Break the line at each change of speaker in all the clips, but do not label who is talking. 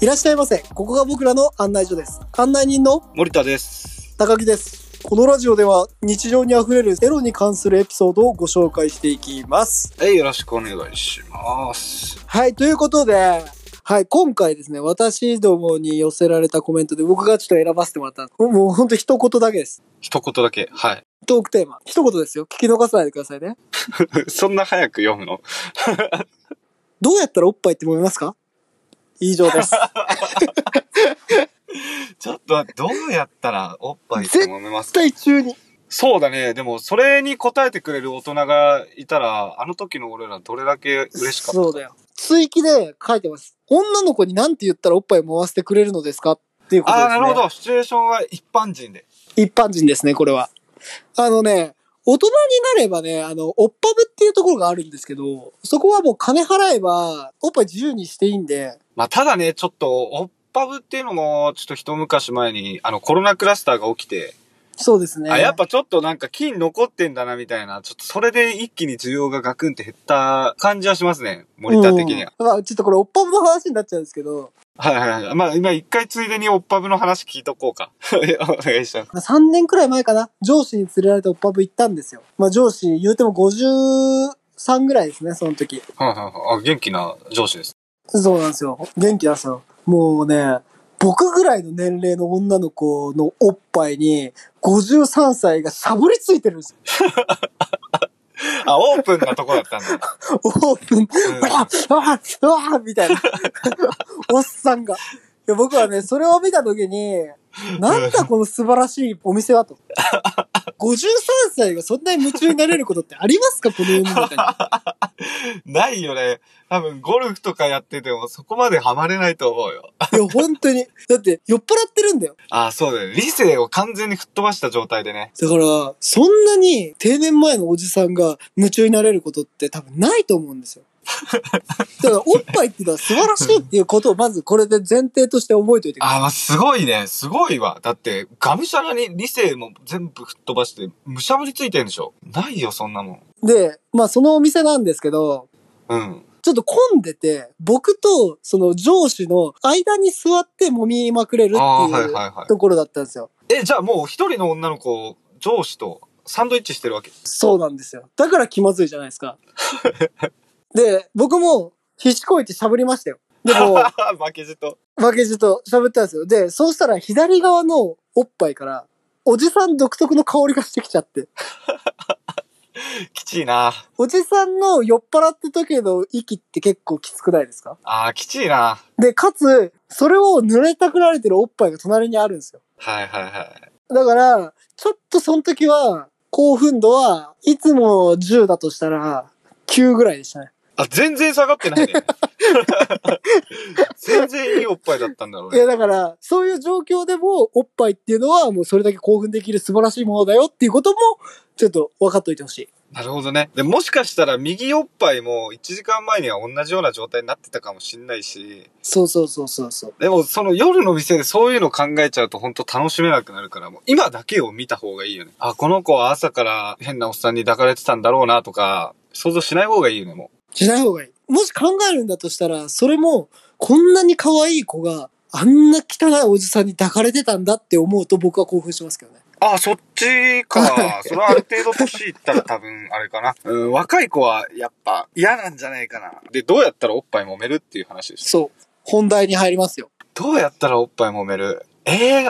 いらっしゃいませ。ここが僕らの案内所です。案内人の
森田です。
高木です。このラジオでは日常に溢れるエロに関するエピソードをご紹介していきます。
はい、よろしくお願いします。
はい、ということで、はい、今回ですね、私どもに寄せられたコメントで僕がちょっと選ばせてもらった。もうもうほんと一言だけです。
一言だけ。はい。
トークテーマ。一言ですよ。聞き逃さないでくださいね。
そんな早く読むの
どうやったらおっぱいって揉めますか以上 です。
ちょっと待って、どうやったらおっぱいって揉めます
絶
か
対中に。
そうだね。でも、それに答えてくれる大人がいたら、あの時の俺らどれだけ嬉しかった
そうだよ。追記で書いてます。女の子に何て言ったらおっぱい回してくれるのですかっていうことです
あ
ね。
あ、なるほど。シチュエーションは一般人で。
一般人ですね、これは。あのね、大人になればね、あの、おっぱぶっていうところがあるんですけど、そこはもう金払えば、おっぱい自由にしていいんで、
まあ、ただね、ちょっと、おっぱぶっていうのも、ちょっと一昔前に、あの、コロナクラスターが起きて、
そうですね。
あ、やっぱちょっとなんか金残ってんだな、みたいな。ちょっとそれで一気に需要がガクンって減った感じはしますね。森田的には。
うんまあ、ちょっとこれ、おっぱぶの話になっちゃうんですけど、
はいはいはい。まあ今一回ついでにおっぱぶの話聞いとこうか。 お願いします。
3年くらい前かな、上司に連れられておっぱぶ行ったんですよ。まあ、上司、言うても53ぐらいですね、その時。
はいはいはい。あ、元気な上司です。
そうなんですよ。元気なんですよ。もうね、僕ぐらいの年齢の女の子のおっぱいに、53歳がしゃぶりついてるんです
あ、オープンなとこだったんだ。
よ。オープン。
うん
ああああみたいな。 おっさんが。いや僕はね、それを見た時に、なんだこの素晴らしいお店はと。53歳がそんなに夢中になれることってありますかこの世の中に。
ないよね。多分ゴルフとかやっててもそこまでハマれないと思うよ。
いや、本当に。だって、酔っ払ってるんだよ。
あ、そうだよね。理性を完全に吹っ飛ばした状態でね。
だから、そんなに定年前のおじさんが夢中になれることって多分ないと思うんですよ。だから、おっぱいっていうのは素晴らしいっていうことをまずこれで前提として覚えておいてください。
あ、まあ、すごいね。すごいわ。だって、がむしゃらに理性も全部吹っ飛ばして、むしゃぶりついてんでしょないよ、そんなもん。
で、まあそのお店なんですけど、
うん。
ちょっと混んでて、僕とその上司の間に座って揉みまくれる
ああ、
っ
はい
て
はいいうは
ところだったんですよ。
い。え、じゃあもう一人の女の子、上司とサンドイッチしてるわけ。
そうなんですよ。だから気まずいじゃないです か。で、僕も必死こいてしゃぶりましたよ。でも、
負けじと。
負けじと喋ったんですよ。で、そうしたら左側のおっぱいから、おじさん独特の香りがしてきちゃって。
きちいな。
おじさんの酔っ払った時の息って結構きつくないですか
ああ、きちいな。
で、かつ、それを濡れたくられてるおっぱいが隣にあるんですよ。
はいはいはい。
だから、ちょっとその時は、興奮度はいつも10だとしたら、9ぐらいでしたね。
あ、全然下がってないね。 全然いいおっぱいだったんだろう
い
ね。
や、だから、そういう状況でも、おっぱいっていうのは、もうそれだけ興奮できる素晴らしいものだよっていうことも、ちょっと分かっといてほしい。
なるほどね。で、もしかしたら右おっぱいも1時間前には同じような状態になってたかもしんないし。
そうそうそうそうそう。
でも、その夜の店でそういうの考えちゃうと本当楽しめなくなるから、もう今だけを見た方がいいよね。あ、この子は朝から変なおっさんに抱かれてたんだろうなとか、想像しない方がいいよね、も
しない方がいい。もし考えるんだとしたら、それも、こんなに可愛い子が、あんな汚いおじさんに抱かれてたんだって思うと僕は興奮しますけどね。
う。あ、そっち か。それはある程度年いったら多分、あれかな。うん、若い子はやっぱ嫌なんじゃないかな。で、どうやったらおっぱい揉めるっていう話です。
そう。本題に入りますよ。
どうやったらおっぱい揉めるええ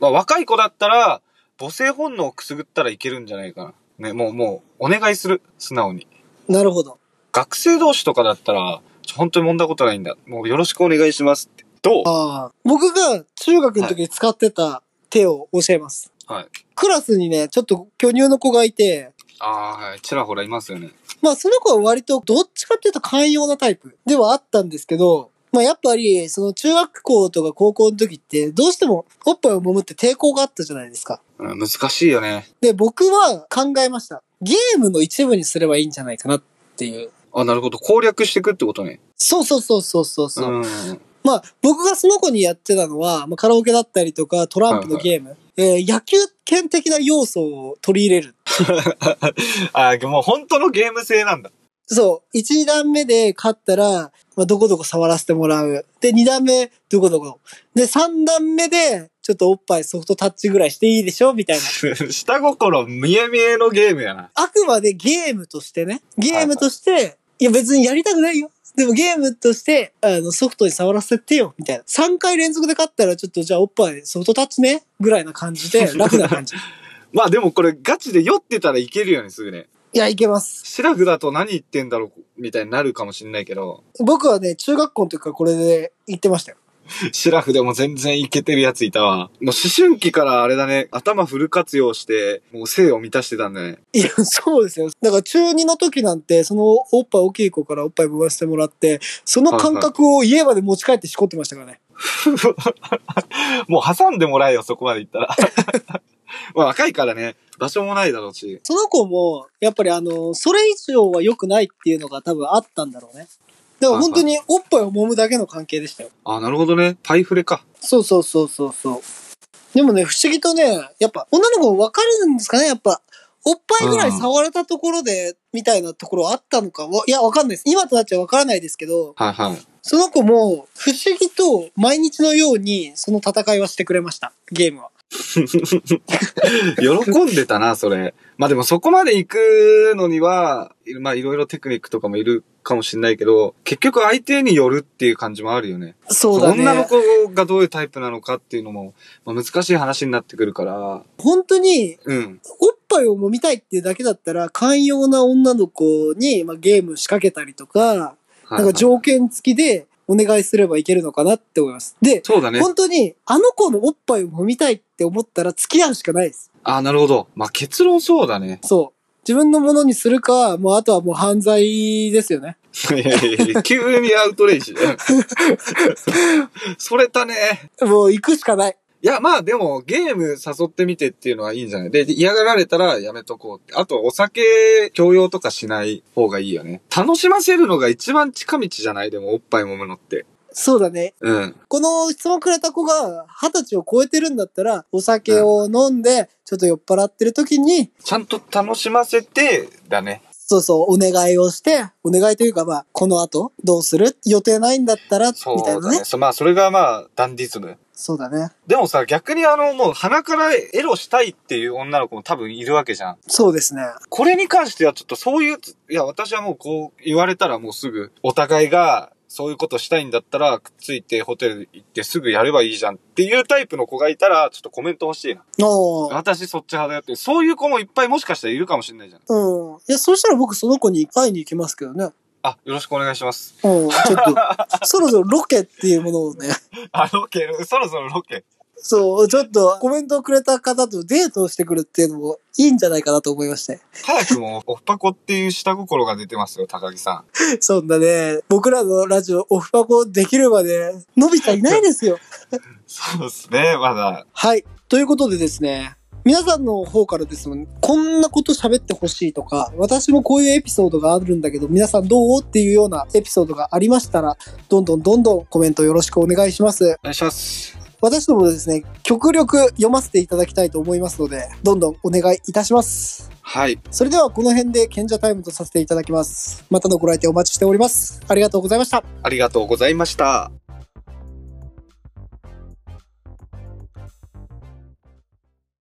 まあ、若い子だったら、母性本能をくすぐったらいけるんじゃないかな。ね、もうもう、お願いする。素直に。
なるほど。
学生同士とかだったら、ちょ本当に揉んだことないんだ。もうよろしくお願いしますって。どう
ああ。僕が中学の時に使ってた手を教えます。
はい。
クラスにね、ちょっと巨乳の子がいて、
ああ、はい。ちらほらいますよね。
まあその子は割とどっちかっていうと寛容なタイプではあったんですけど、まあやっぱりその中学校とか高校の時ってどうしてもおっぱいを揉むって抵抗があったじゃないですか。
うん、難しいよね。
で、僕は考えました。ゲームの一部にすればいいんじゃないかなっていう。
あ、なるほど。攻略していくってことね。
そうそうそうそうそう
う
そう、
ん。
まあ、僕がその子にやってたのは、まあ、カラオケだったりとか、トランプのゲーム、えー野球圏的な要素を取り入れる。
ああ、もう本当のゲーム性なんだ。
そう、一段目で勝ったら、まあ、どこどこ触らせてもらう。で、二段目、どこどこ。で、三段目で、ちょっとおっぱいソフトタッチぐらいしていいでしょみたいな。
下心見え見えのゲームやな。
あくまでゲームとしてね。ゲームとして、いや別にやりたくないよ。でもゲームとして、あの、ソフトに触らせてよ、みたいな。3回連続で勝ったら、ちょっとじゃあおっぱいソフトタッチね、ぐらいな感じで、楽な感じ。い
まあでもこれガチで酔ってたらいけるよね、すぐね。
や、いけます。
シラフだと何言ってんだろう、みたいになるかもしんないけど、
僕はね、中学校の時からこれで言ってましたよ。
シラフでも全然いけてるやついたわ。もう思春期からあれだね、頭フル活用して、もう性を満たしてたんだね。
いや、そうですよ。だから中2の時なんて、そのおっぱい大きい子からおっぱい揉ませてもらって、その感覚を家まで持ち帰ってしこってましたからね。
もう挟んでもらえよ、そこまで行ったら。 まあ若いからね、場所もないだろうし。
その子も、やっぱりあの、それ以上は良くないっていうのが多分あったんだろうね。だから本当におっぱいを揉むだけの関係でしたよ。
あ、なるほどね。パイフレか。
そうそうそうそうそう。でもね、不思議とね、やっぱ女の子もわかるんですかねやっぱ、おっぱいぐらい触れたところで、みたいなところあったのかわいや、わかんないです。今となっちゃわからないですけど、
はいはい。
その子も、不思議と毎日のように、その戦いはしてくれました。ゲームは。
喜んでたな、それ。まあでもそこまで行くのには、まあいろいろテクニックとかもいるかもしれないけど、結局相手によるっていう感じもあるよね。
そうだね。
女の子がどういうタイプなのかっていうのも、まあ、難しい話になってくるから、
本当に、
うん。
おっぱいを揉みたいっていうだけだったら、寛容な女の子に、まあ、ゲーム仕掛けたりとか、
はいは
ないんか条件付きでお願いすればいけるのかなって思います。で、
そうだね。
本当に、あの子のおっぱいを揉みたいって思ったら付き合うしかないです。。
あ、なるほど。まあ結論そうだね
そう。自分のものにするか、もうあとはもう犯罪ですよね。
いやいやいや 急にアウトレイジ。それたね。
もう行くしかない。
いや、まあでも、ゲーム誘ってみてっていうのはいいんじゃないで、嫌がられたらやめとこうって。あと、お酒強要とかしない方がいいよね。楽しませるのが一番近道じゃないでも、おっぱい揉むのって。
そうだね。
うん。
この質問くれた子が二十歳を超えてるんだったら、お酒を飲んで、ちょっと酔っ払ってる時に、
ちゃんと楽しませて、だね。
そうそう、お願いをして、お願いというかまあ、この後、どうする予定ないんだったら、み
そう
たい
だ
な
ね。
ね。
そまあ、それがまあ、ダンディズム。
そうだね。
でもさ、逆にあの、もう鼻からエロしたいっていう女の子も多分いるわけじゃん。
そうですね。
これに関してはちょっとそういう、いや、私はもうこう言われたらもうすぐ、お互いが、そういうことしたいんだったら、くっついてホテル行ってすぐやればいいじゃんっていうタイプの子がいたら、ちょっとコメント欲しいな。
おー
私そっち派だよって、そういう子もいっぱいもしかしたらいるかもしれないじゃん。
うん。いや、そしたら僕その子に会いに行きますけどね。
あ、よろしくお願いします。
うん、ちょっと、そろそろロケっていうものをね、
あ、ロケ、そろそろロケ。
そう、ちょっとコメントをくれた方とデートをしてくるっていうのもいいんじゃないかなと思いまして。
早くも、おっぱこっていう下心が出てますよ、高木さ
そんなね、僕らのラジオオフパコできるまで、伸びちゃいないですよ。
ん。そうですね、まだ。
はい。ということでですね、皆さんの方からですね、こんなこと喋ってほしいとか、私もこういうエピソードがあるんだけど、皆さんどうっていうようなエピソードがありましたら、どんどんどんどんコメントよろしくお願いします。
お願いします。
私どもですね、極力読ませていただきたいと思いますので、どんどんお願いいたします。
はい。
それではこの辺で賢者タイムとさせていただきます。またのご来店お待ちしております。ありがとうございました。
ありがとうございました。